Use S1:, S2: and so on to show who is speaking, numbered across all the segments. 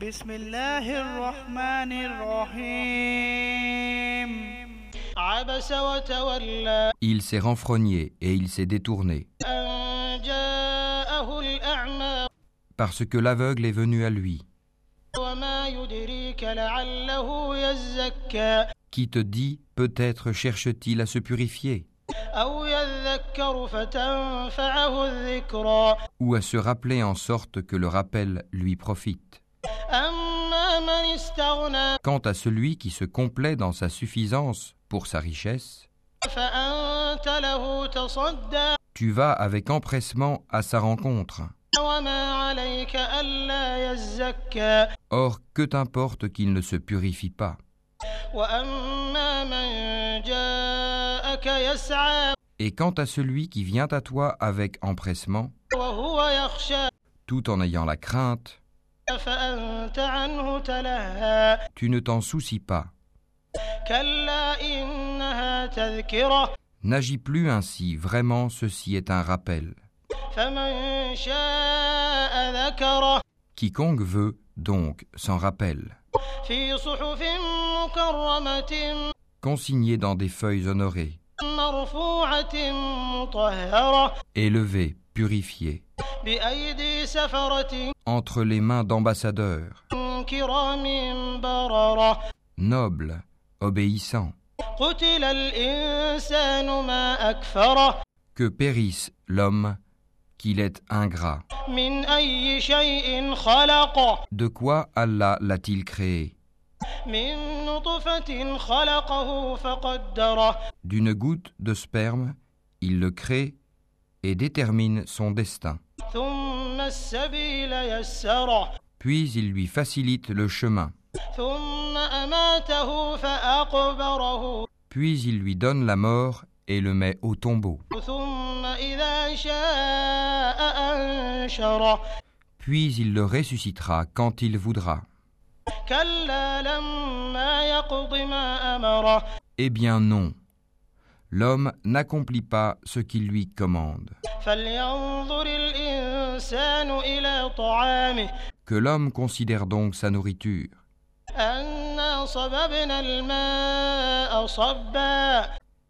S1: بسم الله الرحمن الرحيم عبس وتولى
S2: Il s'est renfrogné et il s'est détourné,
S1: أن جاءه الأعمى
S2: parce que l'aveugle est venu à lui.
S1: وما يدريك لعله يزكى
S2: Qui te dit, peut-être cherche-t-il à se purifier,
S1: أو يذكر فتنفعه الذكرى
S2: ou à se rappeler en sorte que le rappel lui profite.
S1: أما من استغنى
S2: Quant à celui qui se complaît dans sa suffisance pour sa richesse,
S1: فأنت له تصدى
S2: tu vas avec empressement à sa rencontre.
S1: وما عليك ألا يزكى
S2: Or, que t'importe qu'il ne se purifie pas
S1: وأما من جاءك يسعى
S2: Et quant à celui qui vient à toi avec empressement,
S1: وهو يخشى
S2: tout en ayant la crainte,
S1: فأنت عنه تلهى
S2: tu ne t'en soucies pas.
S1: كلا إنها تذكرة
S2: N'agis plus ainsi, vraiment ceci est un rappel.
S1: فمن شاء ذكره
S2: Quiconque veut, donc, s'en rappelle.
S1: في صحف مكرمة
S2: Consigné dans des feuilles honorées,
S1: مرفوعة مطهرة
S2: élevé, purifié,
S1: بأيدي سفرة
S2: entre les mains d'ambassadeurs,
S1: كرام بررة
S2: noble, obéissant,
S1: قتل الإنسان ما أكفره
S2: que périsse l'homme, qu'il est ingrat.
S1: من أي شيء خلقه
S2: De quoi Allah l'a-t-il créé
S1: من نطفة خلقه فقدره
S2: D'une goutte de sperme, il le crée et détermine son destin.
S1: ثم السبيل يسره
S2: Puis il lui facilite le chemin.
S1: ثم أماته فأقبره
S2: Puis il lui donne la mort et le met au tombeau.
S1: ثم إذا شاء أنشره
S2: Puis il le ressuscitera quand il voudra.
S1: كلا لما يقض ما أمره
S2: Eh bien non. L'homme n'accomplit pas ce qu'il lui commande.
S1: فلينظر الإنسان إلى طعامه
S2: Que l'homme considère donc sa nourriture,
S1: أنا صببنا الماء صبا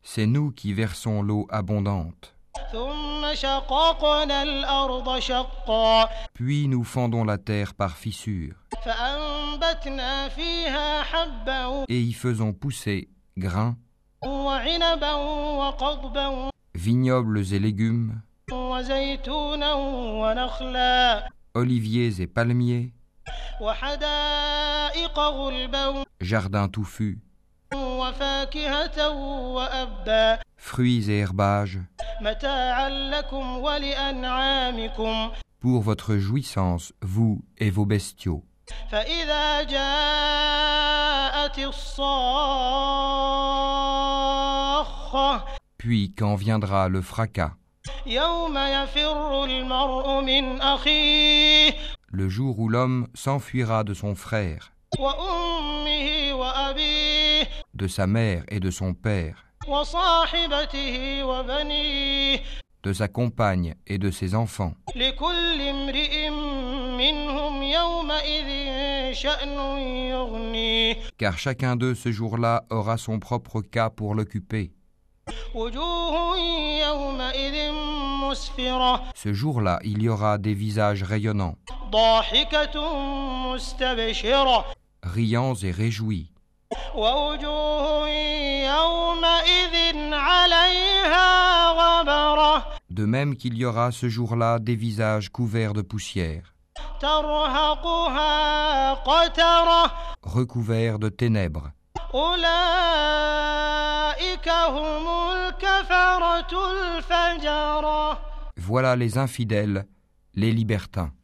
S2: c'est nous qui versons l'eau abondante.
S1: ثم شققنا الأرض شقا
S2: Puis nous fendons la terre par fissures
S1: فأنبتنا فيها حبا
S2: et y faisons pousser grains,
S1: وعنبا وقضبا
S2: vignobles et légumes,
S1: وزيتونا ونخلا
S2: oliviers et palmiers,
S1: وحدائق غلبا
S2: jardins touffus,
S1: وفاكهة وأبا
S2: fruits et herbages,
S1: متاعا لكم ولأنعامكم
S2: pour votre jouissance, vous et vos bestiaux.
S1: فإذا جاءت الصاخة
S2: Puis quand viendra le fracas,
S1: يوم يفر المرء من أخيه
S2: le jour où l'homme s'enfuira de son frère,
S1: وأمه وأبيه
S2: de sa mère et de son père,
S1: وصاحبته وبنيه
S2: de sa compagne et de ses enfants,
S1: لكل امرئ منهم يومئذ شأن يغنيه
S2: car chacun d'eux ce jour-là aura son propre cas pour l'occuper.
S1: وجوه يومئذ مسفرة
S2: Ce jour-là, il y aura des visages rayonnants,
S1: ضاحكة مستبشرة
S2: riants et réjouis,
S1: ووجوه يومئذ عليها غبرة
S2: de même qu'il y aura ce jour-là des visages couverts de poussière,
S1: ترهقها قترة
S2: recouverts de ténèbres.
S1: أولئك هم الكفرة الفجرة
S2: Voilà les infidèles, les libertins.